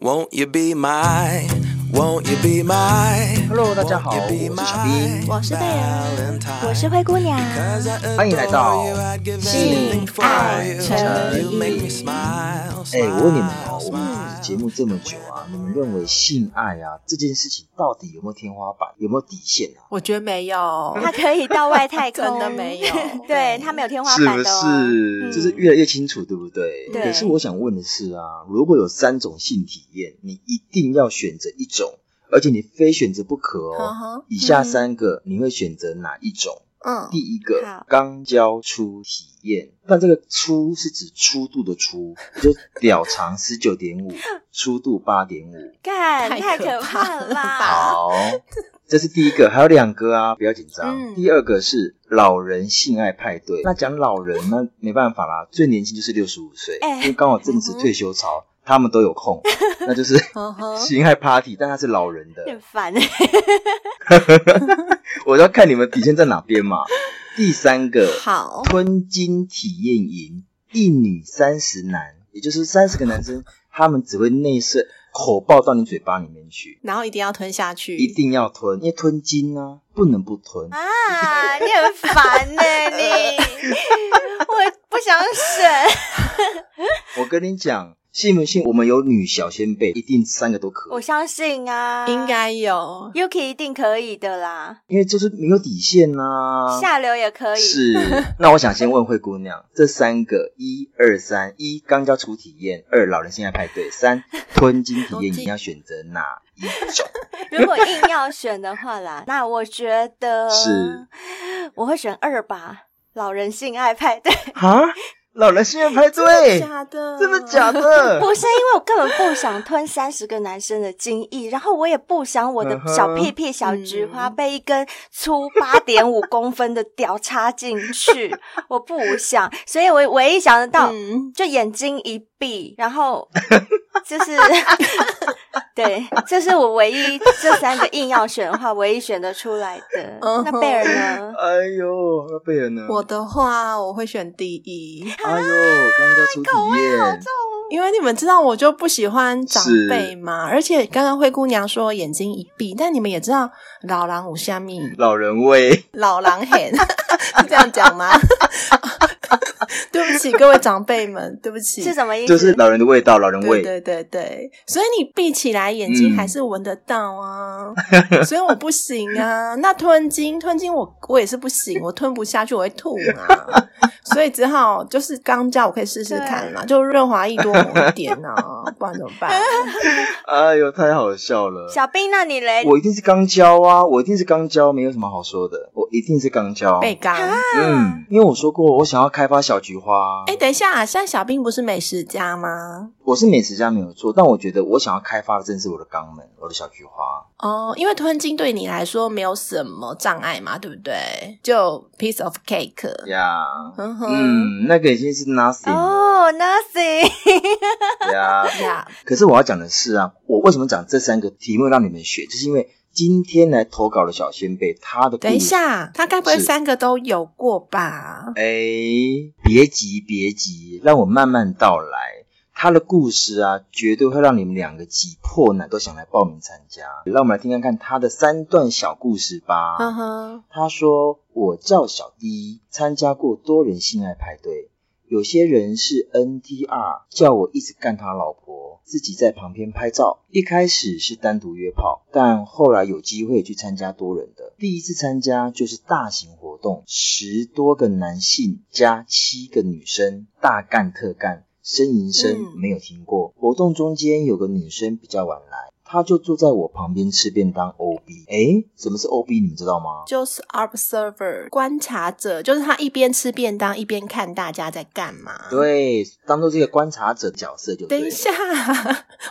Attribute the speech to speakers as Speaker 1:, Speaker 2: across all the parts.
Speaker 1: Won't you be my? Won't you be my?
Speaker 2: Hello，大家好，我是小兵，
Speaker 3: 我是贝儿，我是灰姑娘。
Speaker 2: 欢迎来到
Speaker 3: 性爱成
Speaker 2: 瘾哎，我问你们啊，我们节目这么久啊，你们认为性爱啊这件事情到底有没有天花板，有没有底线啊？
Speaker 4: 我觉得没有，
Speaker 2: 嗯
Speaker 3: 它可以到外太空，
Speaker 4: 真的没有
Speaker 3: 对，它没有天花
Speaker 2: 是
Speaker 3: 板
Speaker 2: 不
Speaker 3: 的、哦。
Speaker 2: 是？
Speaker 3: 嗯
Speaker 2: 就是越来越清楚，对不对？
Speaker 3: 对
Speaker 2: 可是我想问的是啊，如果有三种性体验，你一定要选择一种，而且你非选择不可
Speaker 4: 嗯
Speaker 2: 哦。
Speaker 4: 哼
Speaker 2: 以下三个你会选择哪一种？
Speaker 4: 嗯
Speaker 2: 第一个
Speaker 3: 嗯好
Speaker 2: 肛交初体验，但这个初是指粗度的粗，就屌长十九点五，粗度八点五。
Speaker 3: 干
Speaker 4: 太
Speaker 3: 太
Speaker 4: 可
Speaker 3: 可
Speaker 4: 怕
Speaker 3: 怕
Speaker 4: 了
Speaker 3: 了
Speaker 4: 吧
Speaker 3: 啦！
Speaker 2: 好，这是第一个，还有两个啊，不要紧张。
Speaker 3: 嗯
Speaker 2: 第二个是老人性爱派对，那讲老人那没办法啦，最年轻就是六十五岁，
Speaker 3: 哎嗯
Speaker 2: 因为刚好正值退休潮，他们都有 空，那就是
Speaker 3: 哦
Speaker 4: 嗯哼
Speaker 2: 性爱 party，但他是老人的
Speaker 3: 有，点烦。
Speaker 2: 我要看你们底线在哪边 嘛。第三个，
Speaker 4: 好
Speaker 2: 吞金体验营，一女三十男，也就是三十个男生，他们只会内射口爆到你嘴巴里面去，
Speaker 4: 然后一定要吞下去，
Speaker 2: 一定要吞，因为吞金啊，不能不吞。
Speaker 3: 啊，你很烦呢、你。我不想选，
Speaker 2: 我跟你讲，信不信我们有女小先辈，一定三个都可
Speaker 3: 我
Speaker 2: 以，
Speaker 3: 相信 啊，
Speaker 4: 应该有。
Speaker 3: Yuki 一定可以的啦，
Speaker 2: 因为就是没有底线呐、
Speaker 3: 下流也可以。
Speaker 2: 啊是，那我想先问灰姑娘，这三个一二三，一刚交初体验，二老人性爱派对，三吞金体验，你要选择哪一种？
Speaker 3: 如果硬要选的 话啦，那我觉得
Speaker 2: 是
Speaker 3: 我会选二吧，老人性爱派对。
Speaker 2: 啊，老人性爱派对，
Speaker 4: 假的，
Speaker 2: 真的假的？
Speaker 3: 不是因为我根本不想吞三十个男生的精液，然后我也不想我的
Speaker 2: 嗯哼
Speaker 3: 小屁屁、小菊花被一根粗八点五公分的屌插进去， 我不想，所以我唯一想得到、
Speaker 4: 嗯，
Speaker 3: 就眼睛一闭，然 后就是对，这是我唯一这三个硬要选的话，唯一选得出来的。
Speaker 4: 嗯哼
Speaker 3: 那贝尔呢？
Speaker 2: 哎呦，那贝尔呢？
Speaker 4: 我的话我会选第一，
Speaker 2: 哎呦，刚交初体验，
Speaker 4: 因为你们知道我就不喜欢长辈嘛，而且刚刚灰姑娘说眼睛一闭，但你们也知道老狼五下密，
Speaker 2: 老人味，
Speaker 4: 老狼很 是这样讲吗？对不起，各位长辈们，对不起，
Speaker 3: 是什么意思？
Speaker 2: 就是老人的味道，老人味。
Speaker 4: 对对对对，所以你闭起来眼睛
Speaker 2: 嗯
Speaker 4: 还是闻得 到啊，所以我不行啊。那吞金吞金我我也是不行，我吞不下去，我会吐啊，所以只好就是刚教我可以试试看啦，就润滑液多抹一点啊，不然怎么 办？
Speaker 2: 哎呦，太好笑了。
Speaker 3: 小兵，那你
Speaker 4: 哎
Speaker 3: 嘞？
Speaker 2: 我一定是刚交啊，我一定是刚交，没有什么好说的，我一定是刚交。
Speaker 4: 被刚
Speaker 2: 嗯，因为我说过，我想要开发小菊花。
Speaker 4: 哎，等一下、啊，现在小兵不是美食家吗？
Speaker 2: 我是美食家没有错，但我觉得我想要开发的正是我的肛门，我的小菊花。
Speaker 4: 哦，因为吞金对你来说没有什么障碍嘛，对不对？就 piece of cake。
Speaker 2: 呀、
Speaker 4: 嗯哼，
Speaker 2: 嗯，那个已经是 nothing 了
Speaker 3: 哦、n o t h i n g
Speaker 2: 呀。
Speaker 4: 呀，
Speaker 2: 可是我要讲的是啊，我为什么讲这三个题目让你们选，就是因为今天来投稿的小先辈，他的故事
Speaker 4: 等一下，他该不
Speaker 2: 嗯
Speaker 4: 会
Speaker 2: 是
Speaker 4: 三个都有过吧？
Speaker 2: 哎，别急别急，让我慢慢道来。他的故事啊，绝对会让你们两个挤破奶都想来报名参加。让我们来听看看他的三段小故事吧。
Speaker 4: 嗯哼，
Speaker 2: 他说：“我叫小 D，参加过多人性爱派对，有些人是 NTR，叫我一直干他老婆，自己在旁边拍照。一开始是单独约炮，但后来有机会去参加多人的。第一次参加就是大型活动，十多个男性加七个女生，大干特干。”呻吟声
Speaker 4: 嗯
Speaker 2: 没有听过。活动中间有个女生比较晚来，她就坐在我旁边吃便当。O B，诶，什么是 O B？你们知道吗？
Speaker 4: 就是 observer 观察者，就是他一边吃便当一边看大家在干嘛。，
Speaker 2: 对，当做这个观察者角色就对
Speaker 4: 等
Speaker 2: 了
Speaker 4: 一下，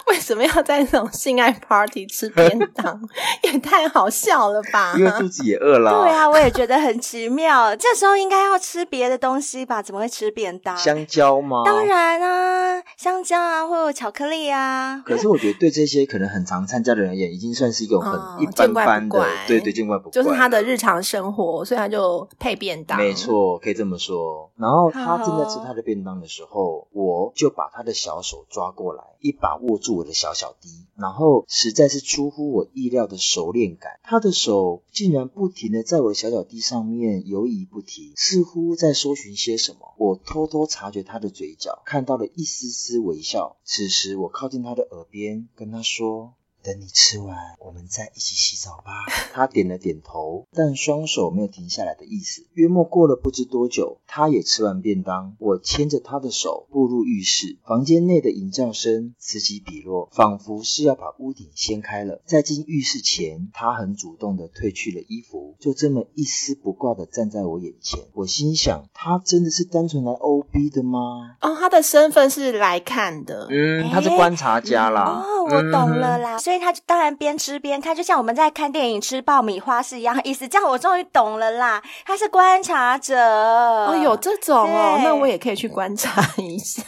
Speaker 4: 为什么要在那种性爱 party 吃便 当？也太好笑了吧！
Speaker 2: 因为肚子也饿啦。
Speaker 3: 对啊，我也觉得很奇妙。 这时候应该要吃别的东西吧？怎么会吃便当？
Speaker 2: 香蕉吗？
Speaker 3: 当。然啊，香蕉啊，或者巧克力啊。
Speaker 2: 可是我觉得对这些可能很很常参加的人而言，已经算是一个很
Speaker 4: 哦
Speaker 2: 一般般的，
Speaker 4: 见怪不怪
Speaker 2: 对对，见怪不怪，
Speaker 4: 就是他的日常生活，所以他就配便当。
Speaker 2: 没，错，可以这么说。然后他正在吃
Speaker 4: 好
Speaker 2: 他的便当的时候，我就把他的小手抓过来，一把握住我的小小滴，然后实在是出乎我意料的熟练感，他的手竟然不停的在我的小小滴上面游移不停，似乎在搜寻些什么。我偷偷察觉他的嘴角，看到了一丝丝微笑。此时我靠近他的耳边，跟他说。等你吃完，我们再一起洗澡吧。他点了点头，但双手没有停下来的意思。约莫过了不知多久，他也吃完便当。我牵着他的手步入浴室，房间内的吟叫声此起彼落，仿佛是要把屋顶掀开了。在进浴室前，他很主动地褪去了衣服，就这么一丝不挂地站在我眼前。我心想，他真的是单纯来 O B 的吗？
Speaker 4: 哦，他的身份是来看的，
Speaker 2: 嗯，他是
Speaker 3: 哎
Speaker 2: 观察家啦。
Speaker 3: 哦，我懂了
Speaker 2: 嗯
Speaker 3: 啦，所以他就当然边吃边看，就像我们在看电影吃爆米花是一样的意思。这样我终于懂了啦，他是观察者。
Speaker 4: 哦，
Speaker 3: 哦
Speaker 4: 有这种哦，
Speaker 3: 对
Speaker 4: 那我也可以去观察一下，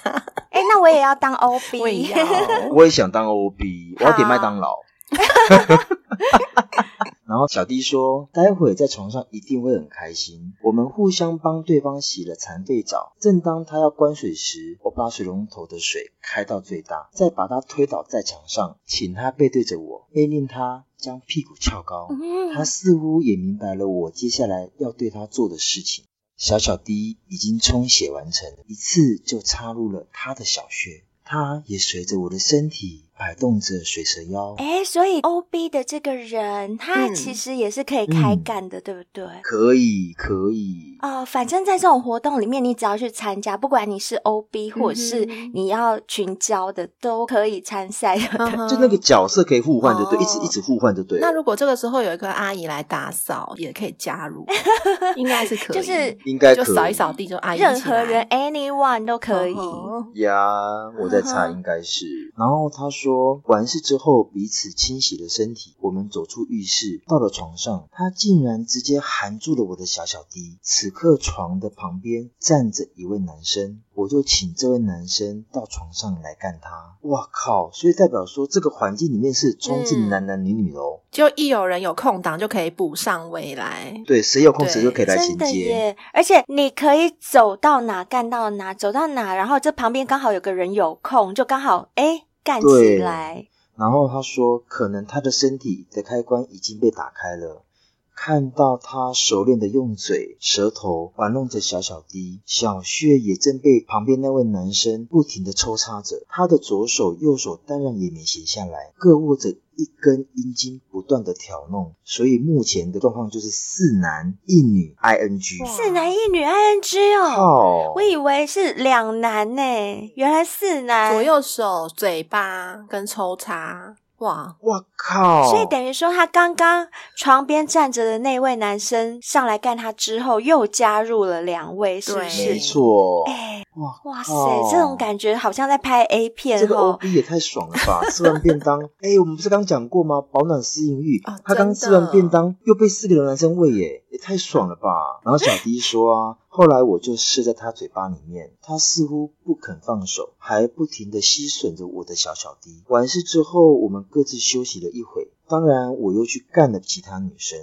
Speaker 3: 哎、那我也要当 O
Speaker 4: 我也
Speaker 3: B，
Speaker 4: 要。
Speaker 2: 我也想当 OB，我要点麦当劳。然后小弟说，待会在床上一定会很开心。我们互相帮对方洗了残废澡。正当他要关水时，我把水龙头的水开到最大，再把他推倒在墙上，请他背对着我，命令他将屁股翘高。他
Speaker 3: 嗯，
Speaker 2: 似乎也明白了我接下来要对他做的事情。小小滴已经充血完成，一次就插入了他的小穴，他也随着我的身体摆动着水蛇腰。
Speaker 3: 哎、所以 O B 的这个人，他
Speaker 4: 嗯
Speaker 3: 其实也是可以开
Speaker 2: 嗯
Speaker 3: 干的，对不对？
Speaker 2: 可以，可以，
Speaker 3: 哦，反正在这种活动里面，你只要去参加，不管你是 OB 或者是
Speaker 4: 嗯哼
Speaker 3: 你要群交的，都可以参赛的。
Speaker 4: 嗯哼
Speaker 2: 就那个角色可以互换，就对，
Speaker 4: 哦
Speaker 2: 一直一直互换，就对了。
Speaker 4: 那如果这个时候有一个阿姨来打扫，也可以 加入，应该是可以，
Speaker 3: 就是
Speaker 2: 应该可
Speaker 4: 就
Speaker 2: 以
Speaker 4: 扫一扫地，就阿姨
Speaker 3: 任
Speaker 4: 起
Speaker 3: 何
Speaker 4: 来
Speaker 3: 人 anyone 都可以。
Speaker 4: 哦
Speaker 2: 呀，我在猜
Speaker 3: 嗯哼
Speaker 2: 应该是。然后他说完事之后，彼此清洗了身体，我们走出浴室，到了床上，他竟然直接含住了我的小小滴。此刻床的旁边站着一位男生，我就请这位男生到床上来干他。哇靠！所以代表说这个环境里面是充斥
Speaker 4: 嗯
Speaker 2: 男男女女的哦。
Speaker 4: 就一有人有空档就可以补上位来。
Speaker 2: 对，谁有空谁
Speaker 4: 对
Speaker 2: 就可以来
Speaker 3: 真
Speaker 2: 衔
Speaker 3: 的
Speaker 2: 接。
Speaker 3: 耶！而且你可以走到哪干到哪，走到哪，然后这旁边刚好有个人有空，就刚好哎干起
Speaker 2: 对
Speaker 3: 来。
Speaker 2: 然后他说，可能他的身体的开关已经被打开了。看到他熟练的用嘴、舌头玩弄着小小滴，小穴也正被旁边那位男生不停的抽插着。他的左手、右手当然也没闲下来，各握着一根阴茎，不断的挑弄。所以目前的状况就是四男一女，ing。
Speaker 4: 哇
Speaker 3: 四男一女 ing 哦，
Speaker 2: 靠！
Speaker 3: 我以为是两男呢，原来四男
Speaker 4: 左。右手、嘴巴跟抽插，哇，
Speaker 2: 哇靠！
Speaker 3: 所以等于说，他刚刚床边站着的那位男生上来干他之后，又加入了两位，是不
Speaker 4: 对
Speaker 3: 是
Speaker 2: 没？错，
Speaker 3: 哎、
Speaker 2: 哇
Speaker 3: 哇塞，
Speaker 2: 靠
Speaker 3: 这种感觉好像在拍 A 片
Speaker 2: 这个
Speaker 3: 哦。
Speaker 2: OB 也太爽了吧！吃完便当，哎、我们不是刚讲过吗？保暖私淫欲。
Speaker 4: 啊
Speaker 2: 他刚
Speaker 4: 真
Speaker 2: 吃
Speaker 4: 的
Speaker 2: 完便当，又被四个男生喂耶，也太爽了吧！然后小 D 说啊，后来我就射在他嘴巴里面，他似乎不肯放手，还不停的吸吮着我的小小 D。完事之后，我们各自休息了一会，当然我又去干了其他女生。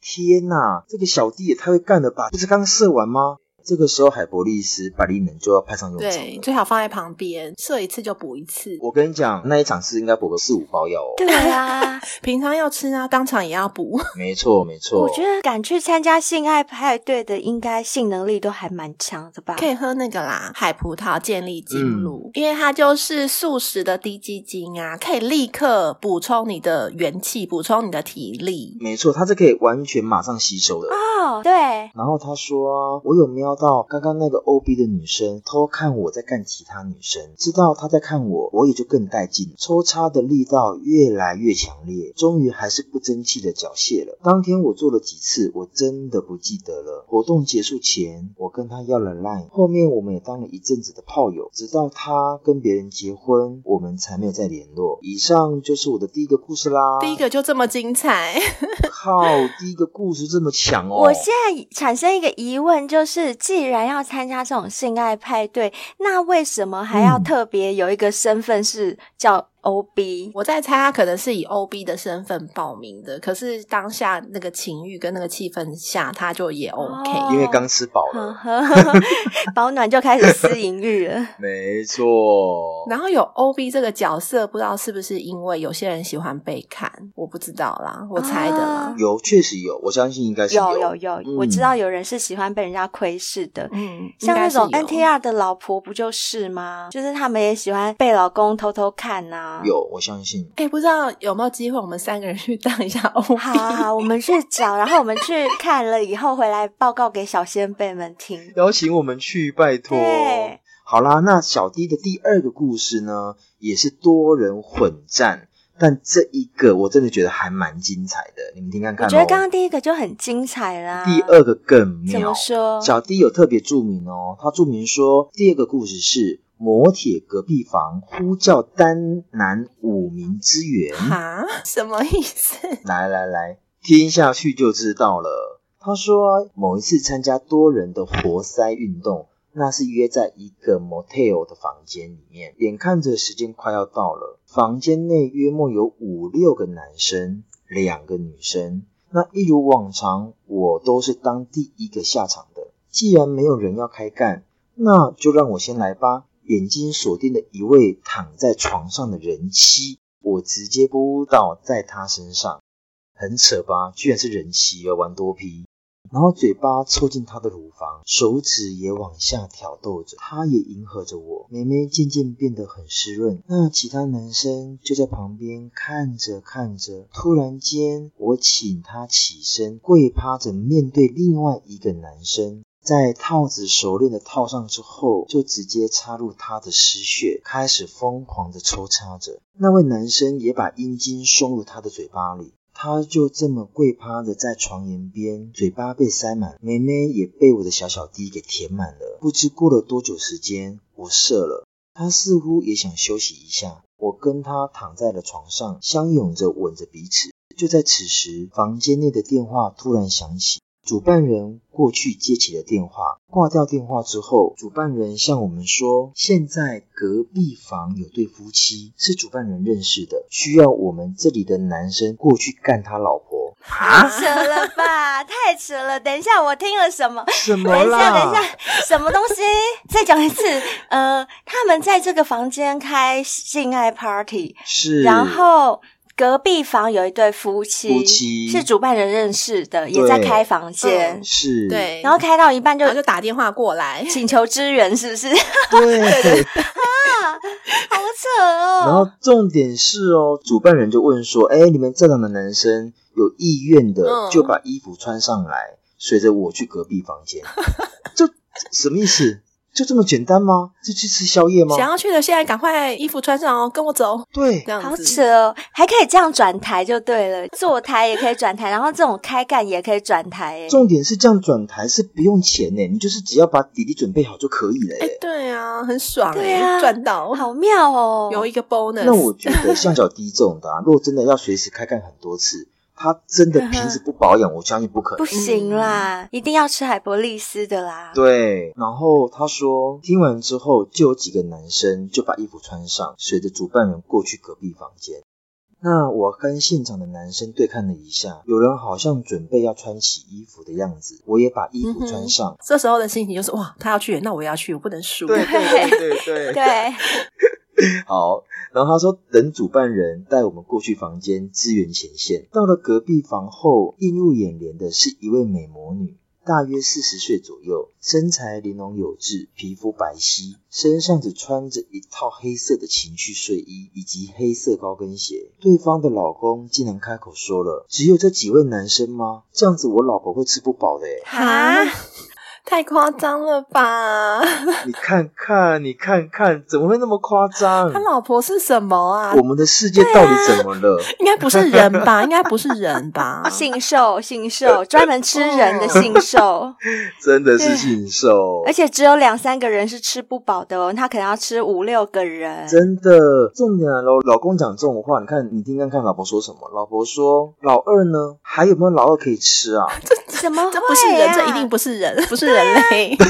Speaker 2: 天呐，这个小弟也太会干了吧！不是刚射完吗？这个时候，海博利斯百利能就要派上用场了
Speaker 4: 对，。最好放在旁边，射一次就补一次。
Speaker 2: 我跟你讲，那一场是应该补个四五包药哦。
Speaker 3: 对 啊，
Speaker 4: 平常要吃啊，当场也要补。
Speaker 2: 没错，没错。
Speaker 3: 我觉得敢去参加性爱派对的，应该性能力都还蛮强的吧？
Speaker 4: 可以喝那个啦，海葡萄健力精
Speaker 2: 嗯
Speaker 4: 露，因为它就是素食的低基精啊，可以立刻补充你的元气，补充你的体力。
Speaker 2: 没错，它是可以完全马上吸收的。
Speaker 3: 哦，对，
Speaker 2: 然后他说啊，我有瞄到刚刚那个 OB 的女生偷看我在干其他女生，知道她在看我，我也就更带劲，抽插的力道越来越强烈，终于还是不争气的缴械了。当天我做了几次，我真的不记得了。活动结束前，我跟他要了 line，后面我们也当了一阵子的炮友，直到他跟别人结婚，我们才没有再联络。以上就是我的第一个故事啦。
Speaker 3: 啊
Speaker 4: 第一个就这么精彩，
Speaker 2: 靠，第一个故事这么强哦！
Speaker 3: 我现在产生一个疑问，就是既然要参加这种性爱派对，那为什么还要
Speaker 2: 嗯
Speaker 3: 特别有一个身份是叫 O B，
Speaker 4: 我在猜他可能是以 OB 的身份报名的，可是当下那个情欲跟那个气氛下，他就也 OK。
Speaker 3: 哦
Speaker 2: 因为刚吃饱
Speaker 3: 呵
Speaker 2: 了，
Speaker 3: 呵 保暖就开始私淫欲了。
Speaker 2: 没错。
Speaker 4: 然后有 OB 这个角色，不知道是不是因为有些人喜欢被看，我不知道啦，我猜的啦
Speaker 3: 啊。
Speaker 2: 有，确实有，我相信应该是
Speaker 3: 有有有，我知
Speaker 2: 嗯
Speaker 3: 道有人是喜欢被人家窥视的，
Speaker 4: 嗯，
Speaker 3: 像那种
Speaker 4: 应该是有
Speaker 3: NTR 的老婆不就是吗？就是他们也喜欢被老公偷偷看啊呐、
Speaker 2: 有，我相信。
Speaker 4: 哎、不知道有没有机会，我们三个人去当 一下
Speaker 3: 好
Speaker 4: OB？
Speaker 3: 好啊好，我们去找，然后我们去看了以后回来报告给小先辈们听。
Speaker 2: 邀请我们去，拜托
Speaker 3: 对。
Speaker 2: 好啦，那小 D 的第二个故事呢，也是多人混战，但这一个我真的觉得还蛮精彩的，你们听看
Speaker 3: 我
Speaker 2: 看、哦。
Speaker 3: 觉得刚刚第一个就很精彩啦。
Speaker 2: 第二哦个更
Speaker 3: 怎
Speaker 2: 妙
Speaker 3: 么。说？
Speaker 2: 小 D 有特别注明哦，他注明说，第二个故事是摩铁隔壁房呼叫单男五名支援。
Speaker 4: 哈， 什么意思？
Speaker 2: 来来来，听下去就知道了。他说啊某一次参加多人的活塞运动，那是约在一个 motel 的房间里面，眼看着时间快要到了，房间内约莫有五六个男生，两个女生。那一如往常，我都是当第一个下场的。既然没有人要开干，那就让我先来吧。眼睛锁定了一位躺在床上的人妻，我直接扑倒在他身上，很扯吧？居然是人妻哦，玩多批。然后嘴巴凑近他的乳房，手指也往下挑逗着，他也迎合着我。妹妹渐渐变得很湿润，那其他男生就在旁边看着看着。突然间，我请他起身，跪趴着面对另外一个男生。在套子熟练的套上之后，就直接插入他的湿穴，开始疯狂的抽插着。那位男生也把阴茎送入他的嘴巴里，他就这么跪趴着在床沿边，嘴巴被塞满，妹妹也被我的小小滴给填满了。不知过了多久时间，我射了，他似乎也想休息一下。我跟他躺在了床上，相拥着吻着彼此。就在此时，房间内的电话突然响起，主办人过去接起了电话，挂掉电话之后，主办人向我们说，现在隔壁房有对夫妻是主办人认识的，需要我们这里的男生过去干他老婆。
Speaker 3: 扯了吧，太扯了！等一下，我听了什么？
Speaker 2: 什
Speaker 3: 等
Speaker 2: 么
Speaker 3: 一下，
Speaker 2: 啦？
Speaker 3: 等一下，什么东西？再讲一次。呃，他们在这个房间开性爱 party，
Speaker 2: 是，
Speaker 3: 然后隔壁房有一对夫妻，
Speaker 2: 夫妻嗯
Speaker 3: 是主办人认识的，也在开房间，
Speaker 2: 是，
Speaker 4: 对，
Speaker 3: 然后开到一半就
Speaker 4: 然后就打电话过来，
Speaker 3: 请求支援，是不是？
Speaker 2: 对。
Speaker 3: 好扯
Speaker 2: 然
Speaker 3: 哦！
Speaker 2: 后重点是哦，主办人就问说：“哎，你们这两个男生有意愿的，
Speaker 4: 嗯
Speaker 2: 就把衣服穿上来，随着我去隔壁房间。就”这什么意思？就这么简单吗？就去吃宵夜吗？
Speaker 4: 想要去的现在赶快衣服穿上哦，跟我走，
Speaker 2: 对
Speaker 4: 这，样
Speaker 3: 好
Speaker 4: 子。
Speaker 3: 扯哦，还可以这样转台就对了，坐台也可以转台，然后这种开干也可以转台，哎，
Speaker 2: 重点是这样转台是不用钱呢，你就是只要把底底准备好就可以了
Speaker 4: 哎、
Speaker 2: 耶。
Speaker 4: 对啊，很爽
Speaker 3: 对
Speaker 4: 哎、
Speaker 3: 啊
Speaker 4: 赚到，
Speaker 3: 好妙哦！
Speaker 4: 有一个 bonus。
Speaker 2: 那我觉得像小 D 这种的、啊，如果真的要随时开干很多次，他真的平时不保养，我相信不可能。
Speaker 3: 不行啦，一定要吃海博利斯的啦。
Speaker 2: 对，然后他说，听完之后就有几个男生就把衣服穿上，随着主办人过去隔壁房间。那我跟现场的男生对看了一下，有人好像准备要穿起衣服的样子，我也把衣服穿上。
Speaker 4: 这时候的心情就是哇，他要去，那我也要去，我不能输。
Speaker 2: 对对对
Speaker 3: 对，
Speaker 2: 好，然后他说等主办人带我们过去房间支援前线。到了隔壁房后，映入眼帘的是一位美魔女，大约四十岁左右，身材玲珑有致，皮肤白皙，身上只穿着一套黑色的情趣睡衣以及黑色高跟鞋。对方的老公竟然开口说了：“只有这几位男生吗？这样子我老婆会吃不饱的。”欸诶
Speaker 3: 哈，
Speaker 4: 太夸张了吧？
Speaker 2: 你看看，你看看，怎么会那么夸张
Speaker 4: 他？老婆是什么啊
Speaker 2: 我？们的世界到底怎么了？
Speaker 4: 应该不是人吧？应 该不是人吧？
Speaker 3: 性哦兽，性兽，专门吃人的
Speaker 2: 哦
Speaker 3: 性兽，
Speaker 2: 真的是信手，
Speaker 3: 而且只有两三个人是吃不饱的哦，他可能要吃五六个人。
Speaker 2: 真的重点来喽。老公讲这种话，你看你听看看老婆说什么？老婆说老二呢，还有没有老二可以吃啊？
Speaker 3: 怎么、啊、啊
Speaker 4: 这不是人，这 一定不 是人，不是人类。
Speaker 3: 这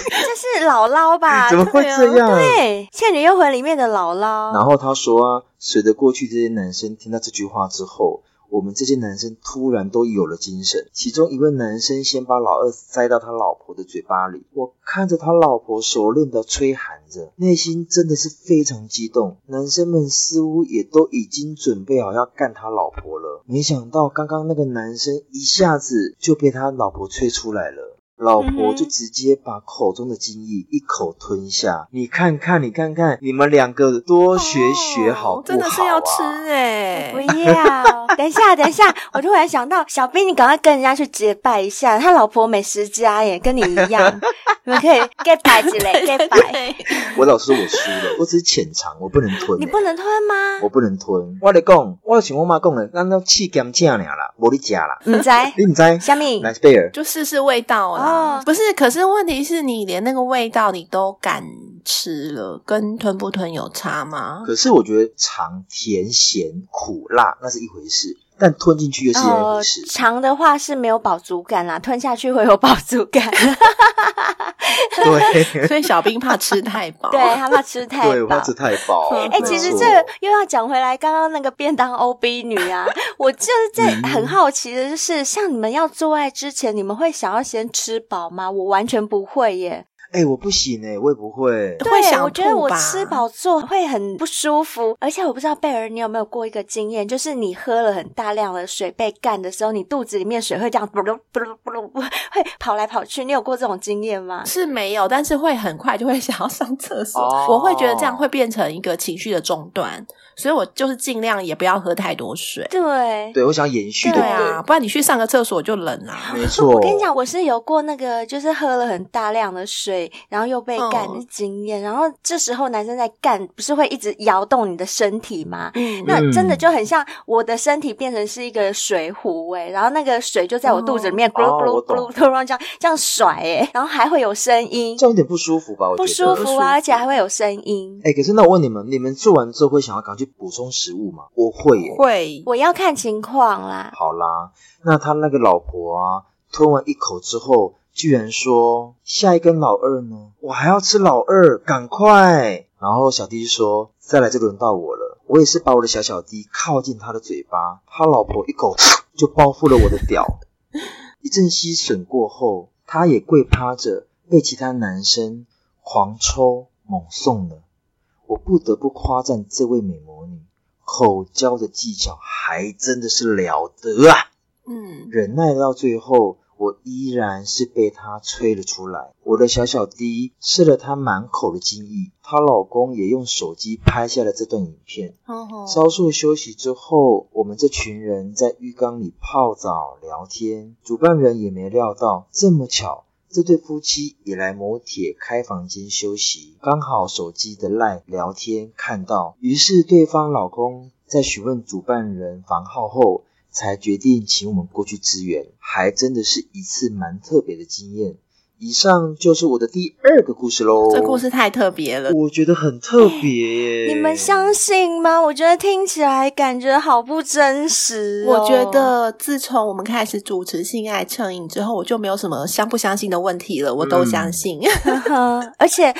Speaker 3: 是姥姥吧？
Speaker 2: 怎么会
Speaker 3: 对啊
Speaker 2: 这样
Speaker 3: 对，《倩女幽魂》里面的姥姥
Speaker 2: 然后他说啊，随着过去这些男生听到这句话之后，我们这些男生突然都有了精神。其中一位男生先把老二塞到他老婆的嘴巴里，我看着他老婆熟练的吹喊着，内心真的是非常激动。男生们似乎也都已经准备好要干他老婆了，没想到刚刚那个男生一下子就被他老婆吹出来了。老婆就
Speaker 3: 嗯哼
Speaker 2: 直接把口中的精液一口吞下。你看看，你看看，你们两个多学学好不好、啊
Speaker 3: 哦
Speaker 4: 哦真的是要吃
Speaker 3: 欸
Speaker 4: 哎、
Speaker 3: 不要！等一下，等一下，我突然想到，小兵，你赶快跟人家去结拜一下，他老婆美食家耶，跟你一 样，你们可以 get 摆之类，get 摆，
Speaker 2: 我老实说，我输了，我只是浅尝，我不能吞、欸
Speaker 3: 你不，能吞吗
Speaker 2: 我？不能吞。我跟你讲，我像我妈讲的，咱都气咸正尔啦，无你食啦，
Speaker 3: 你嗯 在
Speaker 2: 你唔知？
Speaker 3: 虾米？
Speaker 2: 来贝尔，
Speaker 4: 就试试味道啦。
Speaker 3: 哦
Speaker 4: 不是，可是问题是你连那个味道你都敢吃了，跟吞不吞有差吗？
Speaker 2: 可是我觉得尝甜、咸、苦、辣那是一回事，但吞进去又是另外一
Speaker 3: 哦
Speaker 2: 回事，。
Speaker 3: 长的话是没有饱足感啦，吞下去会有饱足 感。
Speaker 2: 对，
Speaker 4: 所以小兵怕吃太 饱，
Speaker 3: 对，他怕吃哦太
Speaker 2: 对，我
Speaker 3: 饱
Speaker 2: 要。吃太饱。
Speaker 3: 哎、其实这个又要讲回来，刚刚那个便当 O B 女 啊，我就是在
Speaker 2: 嗯
Speaker 3: 很好奇的，就是像你们要做爱之前，你们会想要先吃饱吗？我完全不会耶，
Speaker 2: 哎、我不行哎、我也不会。
Speaker 4: 会
Speaker 3: 对
Speaker 4: 想
Speaker 3: 我觉得
Speaker 4: 吐
Speaker 3: 我
Speaker 4: 吧
Speaker 3: 吃饱做会很不舒服，而且我不知道贝儿，你有没有过一个经验，就是你喝了很大量的水被干的时候，你肚子里面水会这样 咕噜咕噜咕噜，会跑来跑去，你有过这种经验吗？
Speaker 4: 是没有，但是会很快就会想要上厕所。
Speaker 2: 哦
Speaker 4: 我会觉得这样会变成一个情绪的中断，所以我就是尽量也不要喝太多水。
Speaker 3: 对，
Speaker 2: 对，我想延续，
Speaker 3: 对
Speaker 2: 对不
Speaker 4: 啊，
Speaker 2: 对？
Speaker 4: 不然你去上个厕所就冷啊啦、
Speaker 2: 没错，
Speaker 3: 我跟你讲，我是有过那个，就是喝了很大量的水，然后又被干的
Speaker 4: 嗯
Speaker 3: 经验。然后这时候男生在干，不是会一直摇动你的身体吗？
Speaker 4: 嗯
Speaker 3: 那
Speaker 2: 嗯
Speaker 3: 真的就很像我的身体变成是一个水壶哎、然后那个水就在我肚子里面咕噜咕
Speaker 2: 哦我
Speaker 3: 噜咕
Speaker 2: 懂
Speaker 3: 噜咕噜这样这样甩哎、然后还会有声音，
Speaker 2: 这样有点不舒服吧？我觉
Speaker 3: 不
Speaker 2: 得
Speaker 3: 舒
Speaker 4: 不
Speaker 3: 服
Speaker 4: 舒
Speaker 3: 啊，而
Speaker 4: 服
Speaker 3: 且还会有声音。
Speaker 2: 哎、可是那我问你们，你们做完之后会想要赶快去补充食物吗？我会耶。
Speaker 4: 会
Speaker 3: 我要看情况啦，
Speaker 2: 好啦，那他那个老婆啊，吞完一口之后，居然说下一根老二呢，我还要吃老二，赶快。然后小弟就说，再来就轮到我了。我也是把我的小小弟靠近他的嘴巴，他老婆一口 就包覆了我的屌。 一阵吸吮过后，他也跪趴着，被其他男生狂抽猛送了。我不得不夸赞这位美魔女，口交的技巧还真的是了得啊！
Speaker 4: 嗯，
Speaker 2: 忍耐到最后，我依然是被她吹了出来。我的小小弟吃了她满口的精液，她老公也用手机拍下了这段影片。
Speaker 4: 哦
Speaker 2: 稍作休息之后，我们这群人在浴缸里泡澡聊天，主办人也没料到这么巧。这对夫妻也来某铁开房间休息，刚好手机的赖聊天看到，于是对方老公在询问主办人房号后，才决定请我们过去支援，还真的是一次蛮特别的经验。以上就是我的第二个故事喽，
Speaker 4: 这故事太特别了。
Speaker 2: 我觉得很特别耶，
Speaker 3: 你们相信吗？我觉得听起来感觉好不真实、哦
Speaker 4: 我觉。得自从我们开始主持性爱成瘾之后，我就没有什么相不相信的问题了，我都相信。
Speaker 3: 哼 而且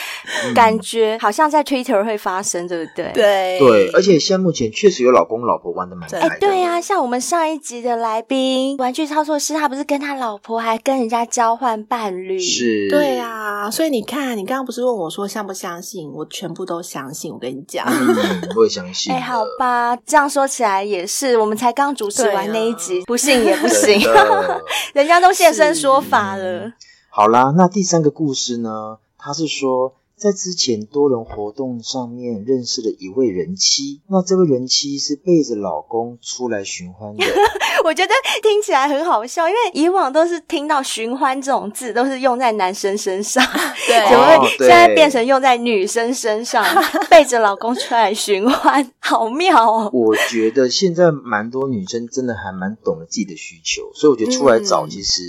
Speaker 3: 感觉好像在 Twitter 会发生，对不对？。
Speaker 4: 对
Speaker 2: 嗯 对，而且现在目前确实有老公老婆玩的蛮
Speaker 4: 对
Speaker 2: 开的。，
Speaker 3: 哎对呀、像我们上一集的来宾，玩具操作师，他不是跟他老婆还跟人家交换伴侣？。
Speaker 2: 是，
Speaker 4: 对、啊，所以你看，你刚刚不是问我说相不相信？我全部都相信。我跟你讲，
Speaker 2: 嗯，我也相信。
Speaker 3: 哎，好，吧，这样说起来也是，我们才刚主持
Speaker 4: 对
Speaker 3: 完
Speaker 4: 啊
Speaker 3: 那一集，不信也不行，
Speaker 2: 真的。
Speaker 3: 人家都现身说法了
Speaker 2: 是。好啦，那第三个故事呢？他是说，在之前多人活动上面认识了一位人妻，那这位人妻是背着老公出来寻欢的。
Speaker 3: 我觉得听起来很好笑，因为以往都是听到“寻欢”这种字，都是用在男生身上，
Speaker 4: 对
Speaker 3: 怎么
Speaker 2: 哦
Speaker 3: 会
Speaker 2: 对
Speaker 3: 现在变成用在女生身上，背着老公出来寻欢， 好妙哦！
Speaker 2: 我觉得现在蛮多女生真的还蛮懂得自己的需求，所以我觉得出来找
Speaker 4: 嗯
Speaker 2: 其实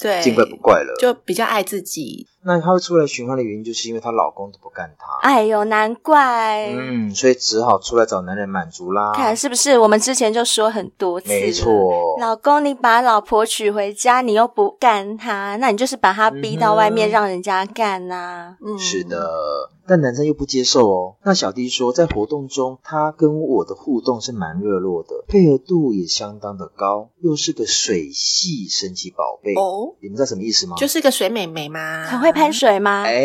Speaker 4: 对
Speaker 2: 见怪不怪了。
Speaker 4: 就比较爱自己。
Speaker 2: 那她会出来寻欢的原因，就是因为她老公都不干她。
Speaker 3: 哎呦，难怪，
Speaker 2: 嗯，所以只好出来找男人满足啦。
Speaker 3: 看是不是？我们之前就说很多次，
Speaker 2: 没。错，
Speaker 3: 老公，你把老婆娶回家，你又不干她，那你就是把她逼到外面
Speaker 2: 嗯哼
Speaker 3: 让人家干呐、
Speaker 4: 嗯，
Speaker 2: 是，的，但男生又不接受哦。那小弟说，在活动中，他跟我的互动是蛮热络的，配合度也相当的高，又是个水系神奇宝贝。
Speaker 4: 哦，
Speaker 2: 你们知道什么意思吗？
Speaker 4: 就是个水美眉嘛，
Speaker 3: 很会攀水
Speaker 4: 啊
Speaker 3: 吗？
Speaker 2: 哎，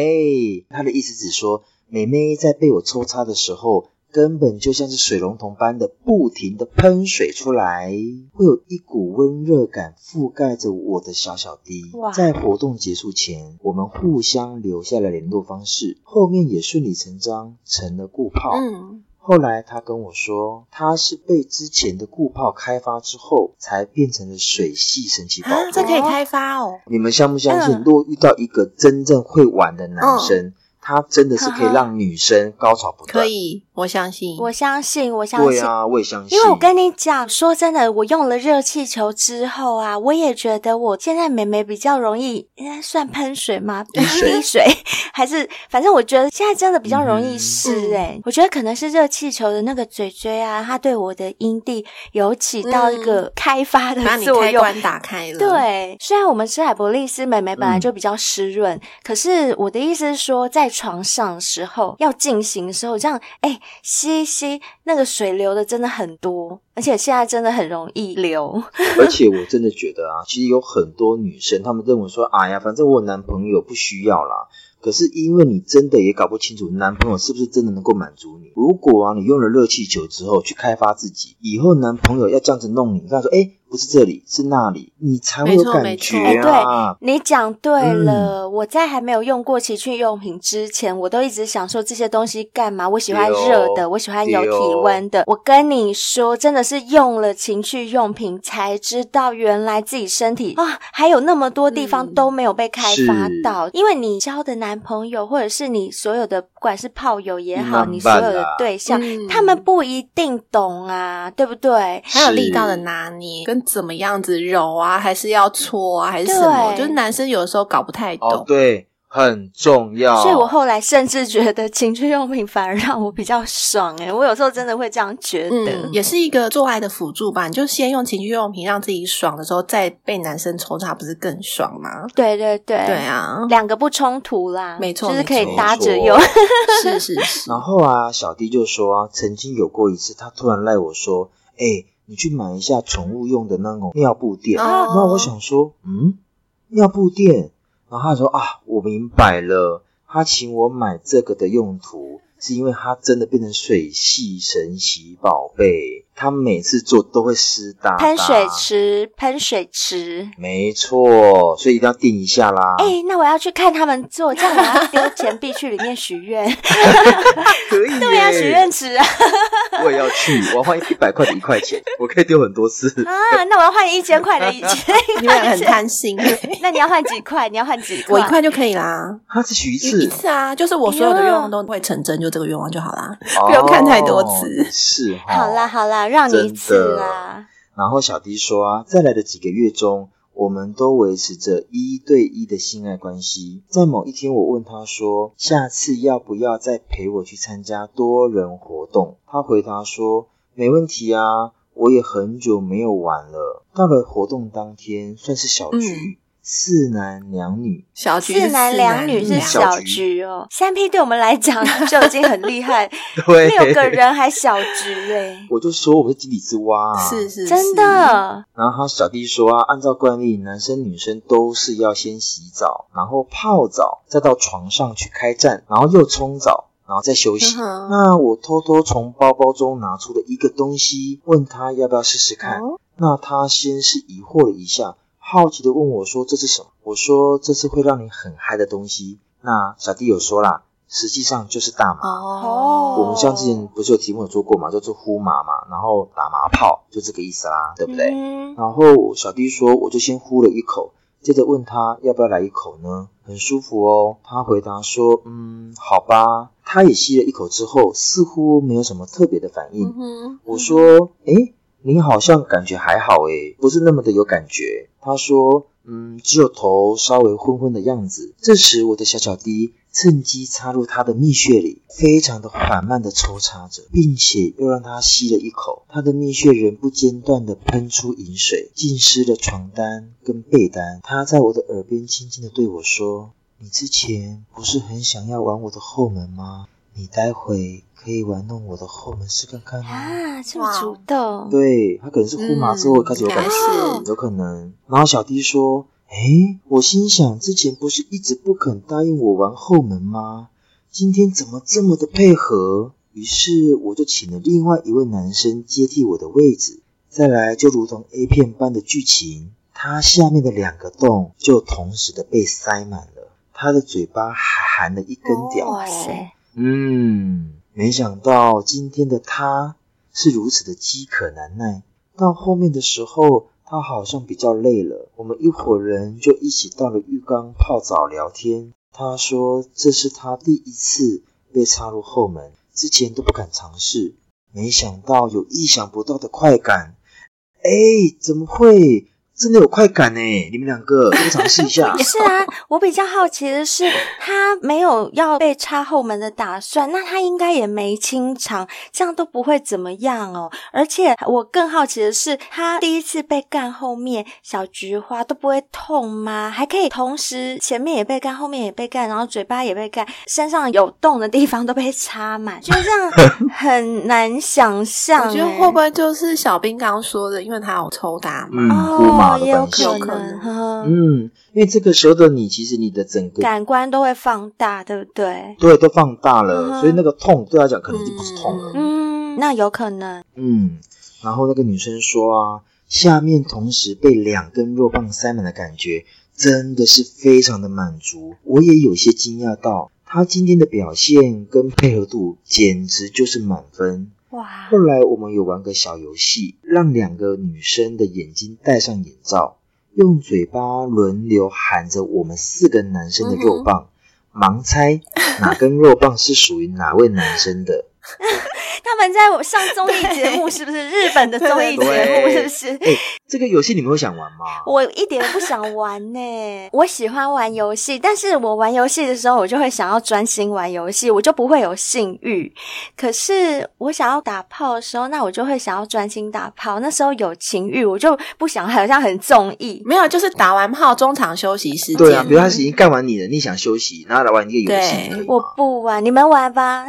Speaker 2: 他的意思只说，妹妹在被我抽插的时候，根本就像是水龙头般的不停的喷水出来，会有一股温热感覆盖着我的小小滴
Speaker 3: 哇。
Speaker 2: 在活动结束前，我们互相留下了联络方式，后面也顺理成章成了固炮。
Speaker 4: 嗯，
Speaker 2: 后来他跟我说，他是被之前的固炮开发之后，才变成了水系神奇宝贝。
Speaker 4: 啊，这可以开发哦，
Speaker 2: 你们相不相信，
Speaker 3: 嗯
Speaker 2: 如果遇到一个真正会玩的男生，他真的是可以让女生高潮不断？
Speaker 4: 可以，我相信，
Speaker 3: 我相信，我相
Speaker 2: 对
Speaker 3: 信。
Speaker 2: 啊，我也相信。
Speaker 3: 因为我跟你讲，说真的，我用了热气球之后啊，我也觉得我现在美眉比较容易，应该算喷水 吗？滴
Speaker 2: 水
Speaker 3: 水还是反正我觉得现在真的比较容易湿
Speaker 4: 嗯
Speaker 3: 哎、我觉得可能是热气球的那个嘴嘴啊，它对我的阴蒂有起到一个开发的
Speaker 4: 嗯把你
Speaker 3: 作
Speaker 4: 开
Speaker 3: 用。
Speaker 4: 关打开了，，
Speaker 3: 对，虽然我们吃海博利斯美眉本来
Speaker 2: 嗯
Speaker 3: 就比较湿润，可是我的意思是说，在床上的时候要进行的时候，这样哎、吸一吸那个水流的真的很多，而且现在真的很容易流。
Speaker 2: 而且我真的觉得啊，其实有很多女生，她们认为说，哎呀，反正我有男朋友不需要啦。可是因为你真的也搞不清楚男朋友是不是真的能够满足你。如果啊，你用了热气球之后去开发自己，以后男朋友要这样子弄你，你跟他说，哎，不是这里，是那里，你才会有
Speaker 4: 没错
Speaker 2: 感
Speaker 4: 没
Speaker 2: 觉
Speaker 4: 错
Speaker 2: 啊。
Speaker 3: 你讲对了，我在还没有用过情趣用品之前，我都一直想说这些东西干嘛？我喜欢热
Speaker 2: 对
Speaker 3: 的，
Speaker 2: 哦
Speaker 3: 我喜欢有
Speaker 2: 对哦
Speaker 3: 体温的。我跟你说，真的是用了情趣用品才知道，原来自己身体啊、还有那么多地方
Speaker 4: 嗯
Speaker 3: 都没有被开发
Speaker 2: 是
Speaker 3: 到。因为你交的男朋友，或者是你所有的，不管是炮友也好，
Speaker 2: 慢慢
Speaker 3: 你所有的
Speaker 2: 啦
Speaker 3: 对象，
Speaker 4: 嗯
Speaker 3: 他们不一定懂啊，对不对？
Speaker 4: 还有力道的拿捏，跟怎么样子揉啊，还是要搓啊，还是什么？
Speaker 3: 对
Speaker 4: 就是男生有的时候搞不太懂。
Speaker 2: 哦，对，很重要。
Speaker 3: 所以我后来甚至觉得情趣用品反而让我比较爽诶、我有时候真的会这样觉得。
Speaker 4: 嗯，也是一个做爱的辅助吧。你就先用情趣用品让自己爽的时候，再被男生抽插，不是更爽吗？
Speaker 3: 对对对，
Speaker 4: 对啊，
Speaker 3: 两个不冲突啦，
Speaker 4: 没错
Speaker 3: 就是可以
Speaker 4: 没错
Speaker 3: 搭着用。
Speaker 4: 啊 是是 是，
Speaker 2: 然后啊，小弟就说啊，曾经有过一次，他突然赖我说，哎、你去买一下宠物用的那种尿布垫。
Speaker 4: 哦
Speaker 2: 然后啊我想说，嗯，尿布垫。然后他说啊，我明白了，他请我买这个的用途，是因为他真的变成水系神奇宝贝，他每次做都会湿哒哒。
Speaker 3: 喷水。池，喷水池。
Speaker 2: 没错，所以一定要定一下啦。
Speaker 4: 啊
Speaker 3: 哎、那我要去看他们做，这样我要丢钱币去里面许 愿。
Speaker 2: 可以耶
Speaker 3: 对呀、许愿池啊，
Speaker 2: 我也要去，我要换一百块的一块钱，我可以丢很多次。
Speaker 3: 啊那我要换一千块的一千。
Speaker 4: 啊你们两个很贪心、欸。
Speaker 3: 那你要换几块？你要换几块？
Speaker 4: 我一块就可以啦，
Speaker 2: 他只许一
Speaker 4: 一
Speaker 2: 次
Speaker 4: 一，次啊，就是我所有的愿望都会成真，就这个愿望就好啦。不用
Speaker 2: 哦
Speaker 4: 看太多次
Speaker 2: 是哈。
Speaker 3: 好啦好啦，让你一次啦。
Speaker 2: 然后小迪说啊，再来的几个月中，我们都维持着一对一的性爱关系。在某一天，我问他说，下次要不要再陪我去参加多人活动？他回答说，没问题啊，我也很久没有玩了。到了活动当天，算是小局，四男两女，
Speaker 4: 小菊
Speaker 3: 四男两女是
Speaker 2: 嗯
Speaker 4: 小，
Speaker 3: 小
Speaker 2: 小
Speaker 3: 局哦，三 P 对我们来讲就已经很厉害，
Speaker 2: 对，
Speaker 3: 六个。人还小局哎、
Speaker 2: 我就说我是井底之蛙、啊，
Speaker 4: 是是
Speaker 3: 真的
Speaker 2: 然后他小弟说啊，按照惯例，男生女生都是要先洗澡，然后泡澡，再到床上去开战，然后又冲澡，然后再休息。
Speaker 4: 是嗯哼
Speaker 2: 那我偷偷从包包中拿出了一个东西，问他要不要试试看。
Speaker 4: 哦
Speaker 2: 那他先是疑惑了一下，好奇的问我说这是什么？我说这是会让你很嗨的东西。那小弟有说啦，实际上就是大麻。
Speaker 4: 哦，
Speaker 2: 我们像之前不是有题目有做过嘛，叫做呼麻嘛，然后打麻炮，就这个意思啦，对不对？
Speaker 3: 嗯，
Speaker 2: 然后小弟说，我就先呼了一口，接着问他要不要来一口呢？很舒服哦。他回答说，嗯，好吧。他也吸了一口之后，似乎没有什么特别的反应。
Speaker 4: 嗯哼
Speaker 2: 我说，诶，你好像感觉还好诶，不是那么的有感觉。他说，嗯，只有头稍微昏昏的样子。这时，我的小小滴趁机插入他的蜜穴里，非常的缓慢的抽插着，并且又让他吸了一口。他的蜜穴仍不间断的喷出饮水，浸湿了床单跟被单。他在我的耳边轻轻的对我说：“你之前不是很想要玩我的后门吗？你待会可以玩弄我的后门试看看吗？”
Speaker 3: 啊，这么主动，
Speaker 2: 对他可能是呼麻之后开始有感
Speaker 4: 嗯
Speaker 2: 觉，有可能。然后小弟说：“诶，我心想之前不是一直不肯答应我玩后门吗？今天怎么这么的配合？”于是我就请了另外一位男生接替我的位置。再来，就如同 A 片般的剧情，他下面的两个洞就同时的被塞满了，他的嘴巴还含了一根屌。
Speaker 3: 哇塞，
Speaker 2: 嗯，没想到今天的他是如此的饥渴难耐。到后面的时候，他好像比较累了，我们一伙人就一起到了浴缸泡澡聊天。他说这是他第一次被插入后门，之前都不敢尝试，没想到有意想不到的快感。哎，怎么会？真的有快感呢！你们两个都尝试一
Speaker 3: 。
Speaker 2: 下
Speaker 3: 是啊，我比较好奇的是，他没有要被插后门的打算，那他应该也没清场，这样都不会怎么样哦。而且我更好奇的是，他第一次被干后面小菊花都不会痛吗？还可以同时前面也被干，后面也被干，然后嘴巴也被干，身上有洞的地方都被插满，就这样很难想象、
Speaker 4: 我觉得
Speaker 3: 哎
Speaker 4: 会不会就是小兵刚刚说的，因为他有抽打嘛，
Speaker 2: 嗯，姑妈
Speaker 3: 哦，
Speaker 2: 的
Speaker 3: 也有
Speaker 2: 关系。
Speaker 3: 可
Speaker 4: 有可
Speaker 3: 能，
Speaker 4: 能
Speaker 3: 呵呵
Speaker 2: 嗯，因为这个时候的你，其实你的整个
Speaker 3: 感官都会放大，对不对？
Speaker 2: 对都放大了，
Speaker 3: 嗯哼
Speaker 2: 所以那个痛对他讲可能就不是痛了。
Speaker 3: 嗯，那有可能。
Speaker 2: 嗯，然后那个女生说啊，下面同时被两根肉棒塞满的感觉，真的是非常的满足。我也有些惊讶到，她今天的表现跟配合度简直就是满分。
Speaker 3: 哇
Speaker 2: 后来我们有玩个小游戏，让两个女生的眼睛戴上眼罩，用嘴巴轮流喊着我们四个男生的肉
Speaker 3: 嗯
Speaker 2: 棒，盲猜哪根肉棒是属于哪位男生 的。
Speaker 3: 他们在我上综艺节目，是不是日本的综艺节目？是
Speaker 2: 对
Speaker 3: 不是？
Speaker 2: 哎、这个游戏你们会想玩吗？
Speaker 3: 我一点都不想玩呢、我喜欢玩游戏，但是我玩游戏的时候，我就会想要专心玩游戏，我就不会有性欲。可是我想要打炮的时候，那我就会想要专心打炮，那时候有情欲，我就不想好像很中
Speaker 2: 嗯
Speaker 3: 意。
Speaker 4: 没有，就是打完炮中场休息时间。
Speaker 2: 对啊，比如他已经干完你了，你想休息，然后来玩一个游戏，
Speaker 4: 对
Speaker 2: 可以
Speaker 3: 我
Speaker 2: 吗？哎
Speaker 3: 不玩，你们玩吧，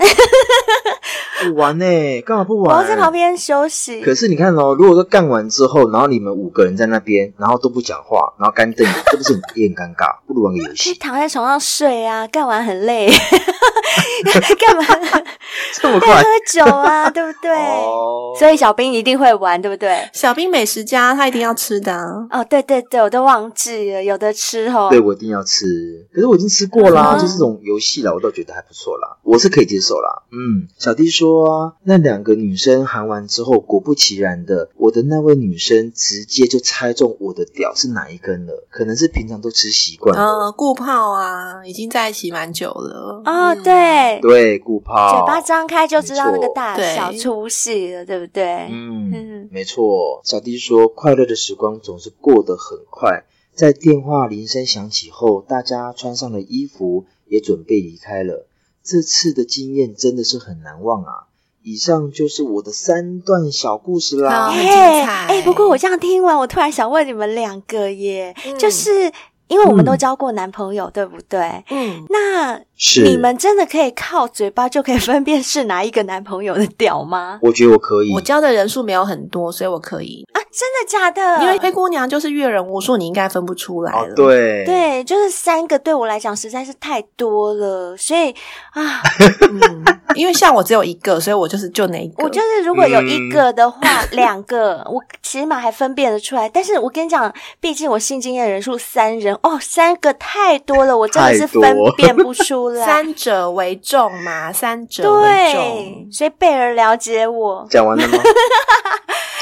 Speaker 2: 不玩呢、干嘛不
Speaker 3: 我
Speaker 2: 玩？
Speaker 3: 要在旁边休息。
Speaker 2: 可是你看哦，如果说干完之后，然后你们五个人在那边，然后都不讲话，然后干瞪眼，这不是很 也很尴尬？不如玩个游
Speaker 3: 可以
Speaker 2: 戏，
Speaker 3: 躺在床上睡啊，干完很累， 干嘛？
Speaker 2: 这么
Speaker 3: 要
Speaker 2: 快
Speaker 3: 喝？酒啊，对不对？
Speaker 2: 哦
Speaker 3: 所以小兵一定会玩，对不对？
Speaker 4: 小兵美食家，他一定要吃的、啊。
Speaker 3: 哦，对对对，我都忘记了，有的吃哦。
Speaker 2: 对，我一定要吃。可是我已经吃过啦，
Speaker 3: 嗯
Speaker 2: 就这种游戏啦，我倒觉得还不错啦，我是可以接受啦。嗯，小弟说啊，那两个女生喊完之后，果不其然的，我的那位女生直接就猜中我的屌是哪一根了，可能是平常都吃习惯了。
Speaker 4: 嗯，顾泡啊，已经在一起蛮久了。
Speaker 3: 哦，
Speaker 4: 嗯，
Speaker 3: 对，
Speaker 2: 对，啊顾泡，
Speaker 3: 嘴巴张开就知道那个大
Speaker 4: 没
Speaker 3: 小
Speaker 4: 错对
Speaker 3: 出戏了，对不对？
Speaker 2: 嗯
Speaker 3: 嗯，
Speaker 2: 没错。小弟说，快乐的时光总是过得很快。在电话铃声响起后，大家穿上了衣服，也准备离开了。这次的经验真的是很难忘啊！以上就是我的三段小故事啦。
Speaker 4: 哦好很
Speaker 3: 哎
Speaker 4: 精彩
Speaker 3: 哎，不过我这样听完，我突然想问你们两个耶，
Speaker 4: 嗯
Speaker 3: 就是因为我们都
Speaker 2: 嗯
Speaker 3: 交过男朋友，对不对？
Speaker 4: 嗯，
Speaker 3: 那
Speaker 2: 是
Speaker 3: 你们真的可以靠嘴巴就可以分辨是哪一个男朋友的屌吗？
Speaker 2: 我觉得我可以
Speaker 4: 我。教的人数没有很多，所以我可以。
Speaker 3: 啊，真的假的？
Speaker 4: 因为灰姑娘就是阅人无数，你应该分不出来
Speaker 2: 哦
Speaker 4: 了。，，
Speaker 2: 对，
Speaker 3: 对，就是三个对我来讲实在是太多了，所以啊，
Speaker 4: 嗯，因为像我只有一个，所以我就是就那一个。
Speaker 3: 我就是如果
Speaker 4: 嗯
Speaker 3: 有一个的话，两个 我起码还分辨得出来。但是我跟你讲，毕竟我性经验人数三人哦，三个太多了，我真的是
Speaker 2: 太多
Speaker 3: 分辨不出来。
Speaker 4: 三者为重嘛，三者 为
Speaker 3: 对
Speaker 4: 重，。
Speaker 3: 所以贝尔了解我
Speaker 2: 讲完了吗？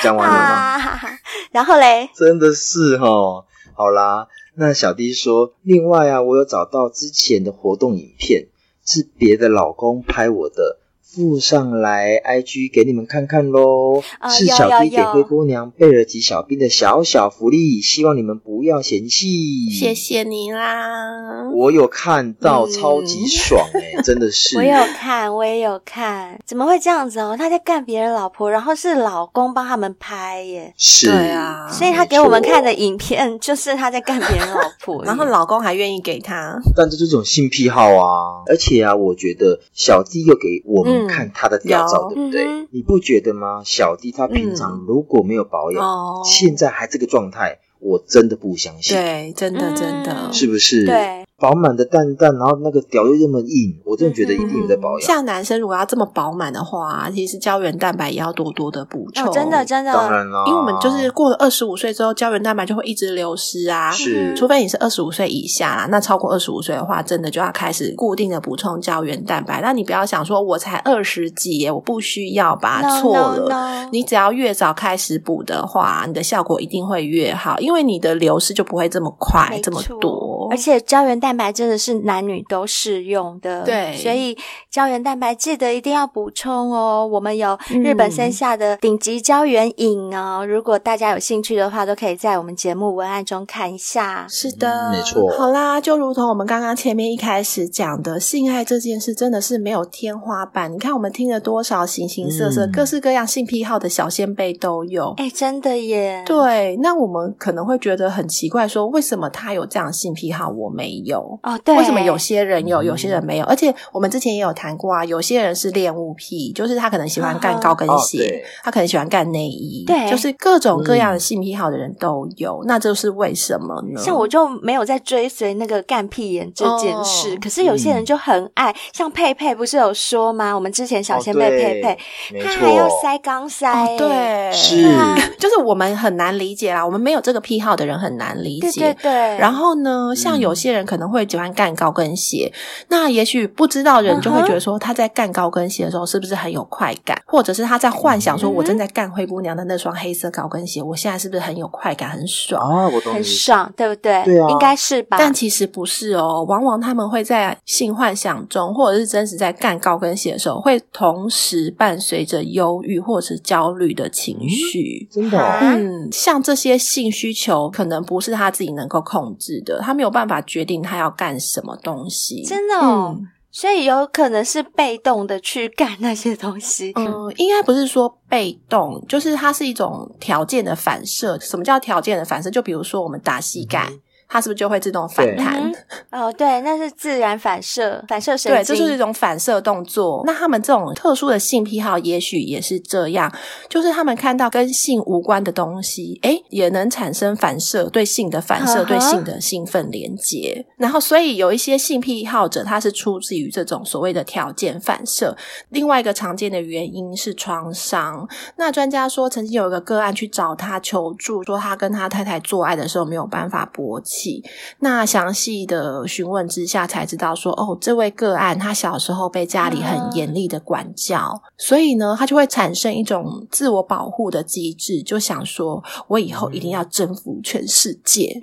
Speaker 2: 讲完了吗？
Speaker 3: 啊， 然后嘞，
Speaker 2: 真的是哦。好啦，那小弟说，另外啊，我有找到之前的活动影片，是别的老公拍我的，附上来 IG 给你们看看喽。
Speaker 3: 啊
Speaker 2: 是
Speaker 3: 有
Speaker 2: 小
Speaker 3: 有
Speaker 2: D 给
Speaker 3: 有
Speaker 2: 灰姑娘、贝尔及小兵的小小福利，希望你们不要嫌弃。
Speaker 4: 谢。谢你啦！
Speaker 2: 我有看到，
Speaker 4: 嗯
Speaker 2: 超级爽哎、真的是。
Speaker 3: 我有看，我也有看，怎么会这样子哦？他在干别人老婆，然后是老公帮他们拍耶，
Speaker 2: 是，
Speaker 4: 对啊
Speaker 3: 所以他给我们看的
Speaker 2: 没错，
Speaker 3: 影片就是他在干别人老 婆耶，
Speaker 4: 然后老公还愿意给他，
Speaker 2: 但这就是一种性癖好啊。而且啊，我觉得小弟又给我们
Speaker 4: 嗯
Speaker 2: 看他的屌照，
Speaker 4: 有
Speaker 2: 对不对、
Speaker 3: 嗯哼
Speaker 2: 你不觉得吗？小弟他平常如果没有保养，
Speaker 4: 哦，
Speaker 2: 现在还这个状态，我真的不相信，
Speaker 4: 对，真的真的
Speaker 3: 嗯
Speaker 2: 是不是？，
Speaker 3: 对，
Speaker 2: 饱满的蛋蛋，然后那个屌又那么硬，我真的觉得一定有在保养。
Speaker 4: 嗯像男生如果要这么饱满的话，其实胶原蛋白也要多多的补充。
Speaker 3: 哦，真的真的，
Speaker 2: 当然啦，
Speaker 4: 因为我们
Speaker 3: 哦
Speaker 4: 就是过了二十五岁之后，胶原蛋白就会一直流失啊。
Speaker 2: 是
Speaker 4: 除非你是二十五岁以下啦，那超过二十五岁的话，真的就要开始固定的补充胶原蛋白。那你不要想说我才二十几耶，我不需要吧
Speaker 3: No,
Speaker 4: 错
Speaker 3: no,
Speaker 4: 了。
Speaker 3: no
Speaker 4: 你只要越早开始补的话，你的效果一定会越好，因为你的流失就不会这么快
Speaker 3: 没，
Speaker 4: 这么
Speaker 3: 错
Speaker 4: 多。
Speaker 3: 而且胶原蛋白真的是男女都适用的，
Speaker 4: 对
Speaker 3: 所以胶原蛋白记得一定要补充哦。我们有
Speaker 4: 嗯
Speaker 3: 日本生下的顶级胶原饮哦，如果大家有兴趣的话，都可以在我们节目文案中看一下。
Speaker 4: 是的，
Speaker 2: 嗯没错
Speaker 4: 好啦，就如同我们刚刚前面一开始讲的，性爱这件事真的是没有天花板。你看，我们听了多少形形色色、
Speaker 2: 嗯
Speaker 4: 各式各样性癖好的小先辈都有。
Speaker 3: 哎，真的耶，，
Speaker 4: 对，那我们可能会觉得很奇怪，说为什么他有这样的性癖好，我没有？
Speaker 3: 哦，对，
Speaker 4: 为什么有些人有，
Speaker 2: 嗯
Speaker 4: 有些人没有？而且我们之前也有谈过啊，有些人是恋物癖，就是他可能喜欢干
Speaker 3: 哦
Speaker 4: 高跟鞋，
Speaker 2: 对
Speaker 4: 他可能喜欢干内衣，
Speaker 3: 对
Speaker 4: 就是各种各样的
Speaker 2: 嗯
Speaker 4: 性癖好的人都有，那这是为什么呢？
Speaker 3: 像我就没有在追随那个干屁眼这件事，
Speaker 4: 哦
Speaker 3: 可是有些
Speaker 2: 嗯
Speaker 3: 人就很爱，像佩佩不是有说吗？我们之前小仙贝佩佩，，
Speaker 2: 哦没
Speaker 3: 她
Speaker 2: 错，
Speaker 3: 还要塞肛塞、
Speaker 4: 哦，对，
Speaker 2: 是
Speaker 3: 啊
Speaker 4: 就是我们很难理解啦，我们没有这个癖好的人很难理
Speaker 3: 对
Speaker 4: 解。
Speaker 3: 对对，嗯
Speaker 4: 然后呢，像有些人可能会喜欢干高跟鞋，那也许不知道的人就会
Speaker 3: 嗯
Speaker 4: 觉得说他在干高跟鞋的时候是不是很有快感，或者是他在幻想说
Speaker 3: 嗯哼
Speaker 4: 我正在干灰姑娘的那双黑色高跟鞋，我现在是不是很有快感，很爽？
Speaker 2: 啊，我懂你
Speaker 3: 很
Speaker 2: 意思。
Speaker 3: 爽，对不对？
Speaker 2: 对啊
Speaker 3: 应该是吧。
Speaker 4: 但其实不是哦，往往他们会在性幻想中，或者是真实在干高跟鞋的时候，会同时伴随着忧郁或者是焦虑的
Speaker 3: 嗯
Speaker 4: 情绪。
Speaker 2: 真的、哦，
Speaker 3: 啊
Speaker 4: 嗯，像这些性需求，可能不是他自己能够控制的，他没有办法决定他要干什么东西。
Speaker 3: 真的哦
Speaker 4: 嗯
Speaker 3: 所以有可能是被动的去干那些东西。
Speaker 4: 嗯，应该不是说被动，就是它是一种条件的反射。什么叫条件的反射？就比如说我们打膝盖，它是不是就会自动反
Speaker 2: 对
Speaker 4: 弹？
Speaker 3: 嗯哦，对，那是自然反射，反射神
Speaker 4: 对，这
Speaker 3: 经。
Speaker 4: 就是一种反射动作。那他们这种特殊的性癖好，也许也是这样，就是他们看到跟性无关的东西，诶，也能产生反射，对性的反射，
Speaker 3: 嗯哼
Speaker 4: 对性的兴奋连接。然后，所以有一些性癖好者，他是出自于这种所谓的条件反射。另外一个常见的原因是创伤。那专家说，曾经有一个个案去找他求助，说他跟他太太做爱的时候没有办法勃起，那详细的询问之下才知道说，哦，这位个案他小时候被家里很严厉的管教，所以呢，他就会产生一种自我保护的机制，就想说我以后一定要征服全世界。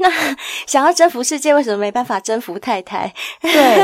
Speaker 3: 想要征服世界，为什么没办法征服太太？
Speaker 4: 对，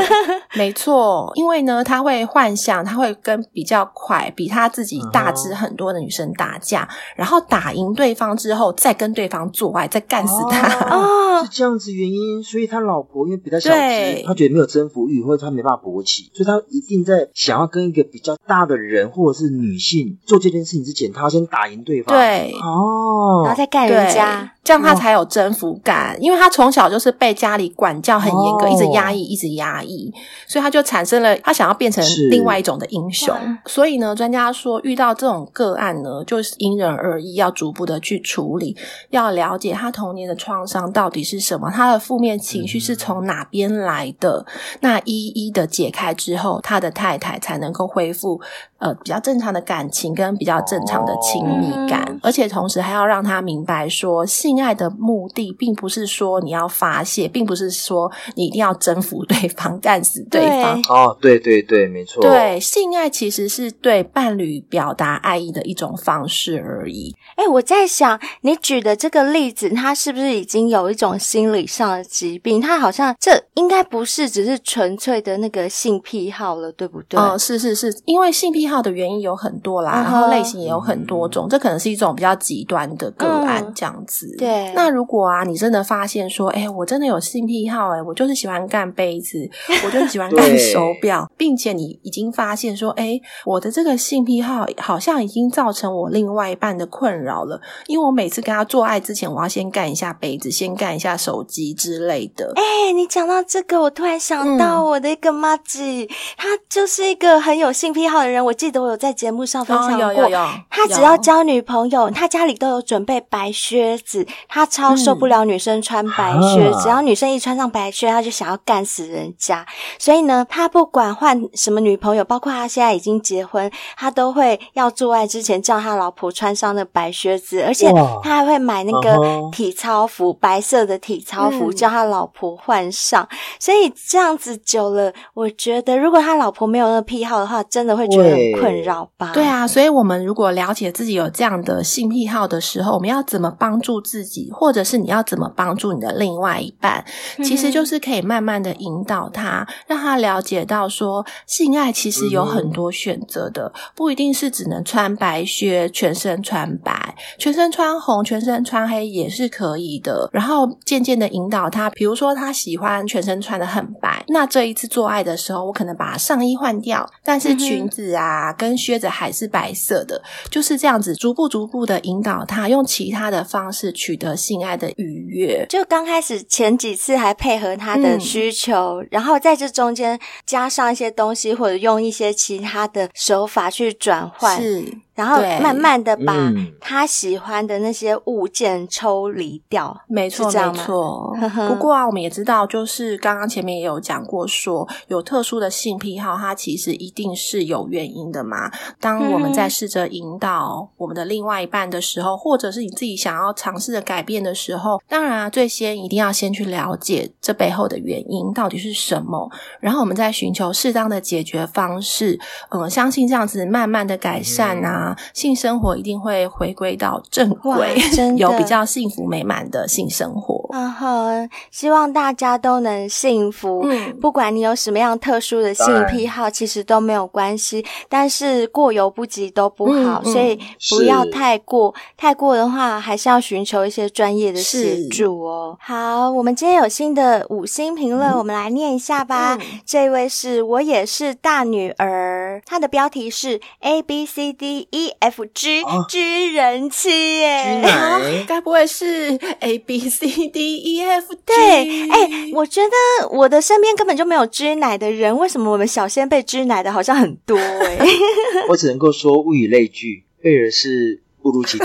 Speaker 4: 没错，因为呢，他会幻想，他会跟比较快、比他自己大只很多的女生打架，然后打赢对方之后，再跟对方做爱，再干死他。
Speaker 2: 哦，是这样子原因，所以他老婆因为比他小只
Speaker 4: 对，
Speaker 2: 他觉得没有征服欲，或者他没办法勃起，所以他一定在想要跟一个比较大的人或者是女性做这件事情之前，他要先打赢对方。，
Speaker 4: 对，
Speaker 2: 哦，
Speaker 3: 然后再干
Speaker 4: 对，
Speaker 3: 人家。
Speaker 4: 这样他才有征服感，因为他从小就是被家里管教很严格，
Speaker 2: 哦
Speaker 4: 一直压抑，一直压抑，所以他就产生了他想要变成
Speaker 2: 是
Speaker 4: 另外一种的英雄
Speaker 3: 哇。
Speaker 4: 所以呢，专家说遇到这种个案呢，就是因人而异，要逐步的去处理，要了解他童年的创伤到底是什么，他的负面情绪是从哪边来的，那一一的解开之后，他的太太才能够恢复呃比较正常的感情跟比较正常的亲密感，
Speaker 3: 嗯
Speaker 4: 而且同时还要让他明白说，性爱的目的并不是说你要发泄，并不是说你一定要征服对方、干死对方。
Speaker 2: 哦，对对对，没错。
Speaker 4: 对，性爱其实是对伴侣表达爱意的一种方式而已。
Speaker 3: 哎，我在想，你举的这个例子，他是不是已经有一种心理上的疾病？他好像这应该不是只是纯粹的那个性癖好了，对不对？
Speaker 4: 嗯，是是是，因为为性癖好的原因有很多啦，
Speaker 3: 嗯哼
Speaker 4: 然后类型也有很多种，这可能是一种比较极端的个案
Speaker 3: 嗯
Speaker 4: 这样子。
Speaker 3: 对
Speaker 4: 那如果啊，你真的发现说，哎、我真的有性癖好、哎，我就是喜欢干杯子，我就 是喜欢干
Speaker 2: 对
Speaker 4: 手表，并且你已经发现说，哎、我的这个性癖好好像已经造成我另外一半的困扰了，因为我每次跟他做爱之前，我要先干一下杯子，先干一下手机之类的。
Speaker 3: 哎、你讲到这个，我突然想
Speaker 4: 嗯
Speaker 3: 到我的一个妈吉，她就是一个很有性癖好的人。我记得我有在节目上分
Speaker 4: 哦
Speaker 3: 享过，
Speaker 4: 有有有，
Speaker 3: 他只
Speaker 4: 有
Speaker 3: 要交女朋友，他家里都有准备白靴子，他超受不了女生穿白
Speaker 4: 嗯
Speaker 3: 靴。
Speaker 2: 啊
Speaker 3: 只要女生一穿上白靴，他就想要干死人家。所以呢，他不管换什么女朋友，包括他现在已经结婚，他都会要做爱之前叫他老婆穿上那白靴子，而且
Speaker 2: 哇
Speaker 3: 他还会买那个
Speaker 2: 嗯哼
Speaker 3: 体操服，白色的体操服，
Speaker 4: 嗯
Speaker 3: 叫他老婆换上。所以这样子久了，我觉得如果他老婆没有那个癖好的话，真的会觉得很困
Speaker 2: 对
Speaker 3: 扰吧？
Speaker 4: 对。啊，所以我们如果了解自己有这样的性癖好的时候，我们要怎么帮助自己，或者是你要怎么帮助你的另外一半，
Speaker 3: 嗯
Speaker 4: 其实就是可以慢慢的引导他，让他了解到说，性爱其实有很多选择的，不一定是只能穿白靴，全身穿白，全身穿红，全身穿黑也是可以的。然后渐渐的引导他，比如说他喜欢全身穿的很白，那这一次做爱的时候，我可能把上衣换掉，但是
Speaker 3: 嗯哼
Speaker 4: 裙子啊跟靴子还是白色的，就是这样子逐步逐步的引导他，用其他的方式取得性爱的愉悦。
Speaker 3: 就刚开始前几次还配合他的
Speaker 4: 嗯
Speaker 3: 需求，然后在这中间加上一些东西，或者用一些其他的手法去转换，
Speaker 4: 是，
Speaker 3: 然后
Speaker 4: 对
Speaker 3: 慢慢的把
Speaker 2: 嗯
Speaker 3: 他喜欢的那些物件抽离掉。
Speaker 4: 没错，
Speaker 3: 是这样
Speaker 4: 没
Speaker 3: 吗
Speaker 4: 错
Speaker 3: 呵呵。
Speaker 4: 不过啊，我们也知道，就是刚刚前面也有讲过说有特殊的性癖好，它其实一定是有原因的嘛。当我们
Speaker 3: 嗯
Speaker 4: 在试着引导我们的另外一半的时候，或者是你自己想要尝试着改变的时候，当然啊，最先一定要先去了解这背后的原因到底是什么，然后我们再寻求适当的解决方式。嗯，相信这样子慢慢的改善啊，性生活一定会回归到正
Speaker 3: 嗯哇
Speaker 4: 轨。
Speaker 3: 真的
Speaker 4: 有比较幸福美满的性生活。
Speaker 3: 嗯哼，希望大家都能幸福。
Speaker 4: 嗯，
Speaker 3: 不管你有什么样特殊的性
Speaker 2: 当然
Speaker 3: 癖好，其实都没有关系，但是过犹不及都不好，
Speaker 4: 嗯嗯
Speaker 3: 所以不要
Speaker 2: 是
Speaker 3: 太过。太过的话，还是要寻求一些专业的协
Speaker 4: 是
Speaker 3: 助哦。好，我们今天有新的五星评论，我们来念一下吧。
Speaker 4: 嗯
Speaker 3: 这位是我也是大女儿，她的标题是 A B C D E F G
Speaker 2: 啊
Speaker 3: 居人妻耶。
Speaker 2: 居
Speaker 3: 哎
Speaker 2: 然
Speaker 4: 该不会是 A B C D E F G？
Speaker 3: 对，哎、我觉得我的身边根本就没有知奶的人，为什么我们小仙贝知奶的好像很多哎、
Speaker 2: 我只能够说物以类聚，贝尔是误入 歧途。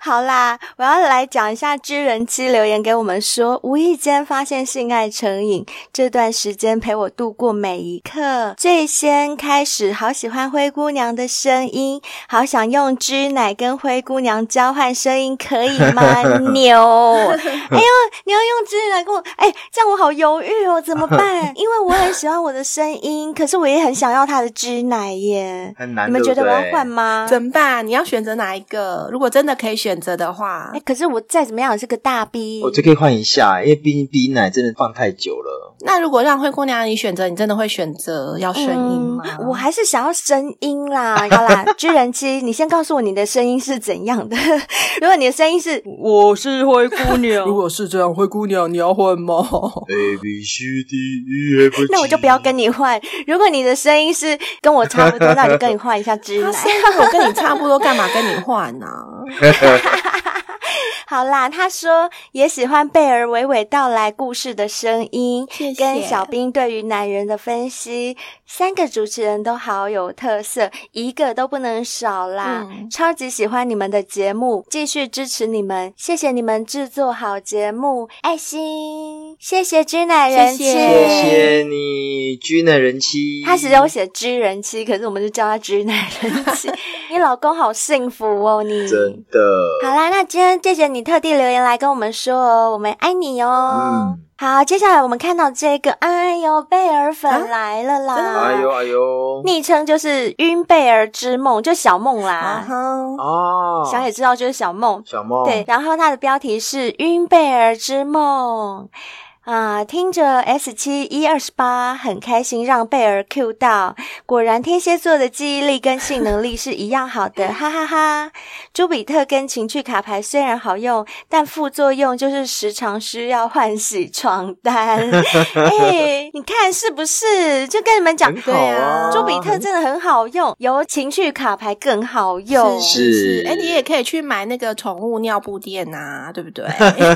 Speaker 3: 好啦，我要来讲一下知人妻留言给我们说，无意间发现性爱成瘾，这段时间陪我度过每一刻。最先开始好喜欢灰姑娘的声音，好想用知奶跟灰姑娘交换声音，可以 吗？牛。你要用知来跟我，哎、这样我好犹豫哦，怎么办？因为我很喜欢我的声音，可是我也很想要他的知奶耶。
Speaker 2: 很难
Speaker 3: 你们觉得
Speaker 2: 对不
Speaker 3: 我
Speaker 2: 啊对
Speaker 3: 要换吗？
Speaker 4: 怎么办？你要选择哪一个？如果真的可以选择的话
Speaker 3: 哎、，可是我再怎么样也是个大逼
Speaker 2: 我。就可以换一下，因为毕竟 B 奶真的放太久了。
Speaker 4: 那如果让灰姑娘你选择，你真的会选择要声音吗？
Speaker 3: 嗯我还是想要声音 啦，好啦，知人妻，你先告诉我你的声音是怎样的。 如果你的声音是我是灰姑娘，
Speaker 4: 果是这样，灰姑娘你要换 吗？
Speaker 2: A B C D E F G，
Speaker 3: 那我就不要跟你换。如果你的声音是跟我差不多，那我就跟你换一下知
Speaker 4: 他
Speaker 3: 奶
Speaker 4: 声。音我跟你差不多，干嘛跟你换呢、
Speaker 3: 好啦，他说也喜欢贝尔娓娓道来故事的声音，
Speaker 4: 谢谢
Speaker 3: 跟小兵对于男人的分析，三个主持人都好有特色，一个都不能少啦。
Speaker 4: 嗯
Speaker 3: 超级喜欢你们的节目，继续支持你们，谢谢你们制作好节目，爱心，谢谢知奶人妻，
Speaker 4: 谢
Speaker 2: 谢谢你，居奶人妻。
Speaker 3: 他其实有写知人妻，可是我们就叫他知奶人 妻。你老公好幸福哦，你
Speaker 2: 真的，
Speaker 3: 好啦，那今天谢谢你特地留言来跟我们说哦，我们爱你哦。
Speaker 2: 嗯
Speaker 3: 好，接下来我们看到这个，哎呦，贝尔
Speaker 2: 啊
Speaker 3: 粉来了啦！
Speaker 2: 哎呦哎呦，
Speaker 3: 昵称就是晕贝尔之梦，就小梦
Speaker 4: 啊
Speaker 3: 啦。
Speaker 4: 哈，
Speaker 2: 啊，
Speaker 3: 想也知
Speaker 2: 哦
Speaker 3: 道就是小梦。
Speaker 2: 小梦，
Speaker 3: 对，然后它的标题是《晕贝尔之梦》。啊、听着 S 七一二十八，很开心让贝尔 Q 到，果然天蝎座的记忆力跟性能力是一样好的，哈哈哈朱比特跟情趣卡牌虽然好用，但副作用就是时常需要换洗床 单。哎、你看是不是？就跟你们讲
Speaker 4: 对
Speaker 2: 很好啊，
Speaker 4: 啊
Speaker 3: 朱比特真的很好用，由情趣卡牌更好用。
Speaker 4: 是是
Speaker 2: 是
Speaker 4: 是，哎、你也可以去买那个宠物尿布垫呐、对不 对？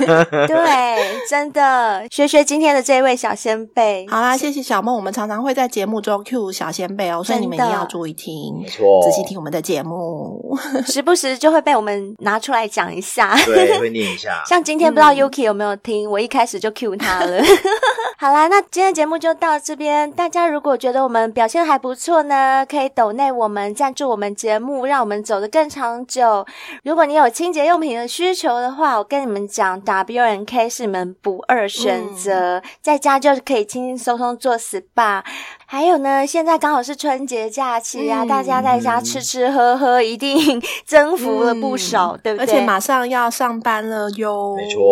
Speaker 3: 对，真的，学学今天的这位小先辈。
Speaker 4: 好啦，谢谢小梦，我们常常会在节目中 cue 小先辈哦，所以你们一定要注意听
Speaker 2: 没，错，
Speaker 4: 仔细听我们的节目。
Speaker 3: 时不时就会被我们拿出来讲一下。。
Speaker 2: 对，会念一下
Speaker 3: 像今天不知道
Speaker 4: 嗯
Speaker 3: Yuki 有没有听，我一开始就 cue 他了。 好啦，那今天节目就到这边。大家如果觉得我们表现还不错呢，可以抖内我们赞助我们节目，让我们走得更长久。如果你有清洁用品的需求的话，我跟你们讲，W N K 是你们不二选择，
Speaker 4: 嗯
Speaker 3: 在家就可以轻轻松松做 SPA。还有呢，现在刚好是春节假期啊，
Speaker 4: 嗯
Speaker 3: 大家在家吃吃喝喝，一定 增幅了不少，对不对？
Speaker 4: 而且马上要上班了哟，
Speaker 2: 没，错，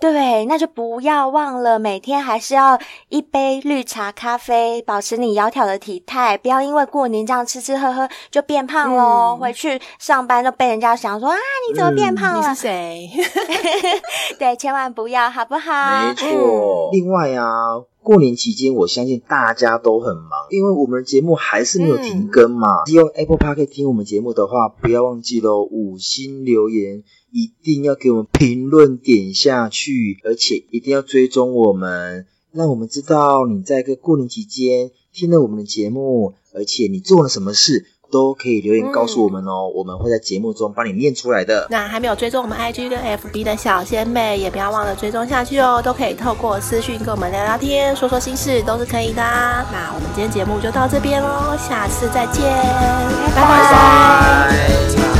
Speaker 3: 对，那就不要忘了，每天还是要一杯绿茶咖啡，保持你窈窕的体态，不要因为过年这样吃吃喝喝就变胖喽。
Speaker 4: 嗯
Speaker 3: 回去上班就被人家想说啊，你怎么变胖
Speaker 4: 你
Speaker 3: 了？
Speaker 4: 是谁？
Speaker 3: 对，千万不要，好不好
Speaker 2: 没？错。啊另外啊，过年期间我相信大家都很忙，因为我们的节目还是没有停更嘛。用 Apple Park 听我们节目的话，不要忘记喽，五星留言一定要给我们评论点下去，而且一定要追踪我们，让我们知道你在个过年期间听了我们的节目，而且你做了什么事。都可以留言告诉我们哦，我们会在节目中帮你念出来的。
Speaker 4: 那还没有追踪我们 IG 跟 FB 的小仙妹，也不要忘了追踪下去哦，都可以透过私讯跟我们聊聊天，说说心事都是可以的啊。那哦我们今天节目就到这边喽，下次再见，拜拜
Speaker 2: 拜。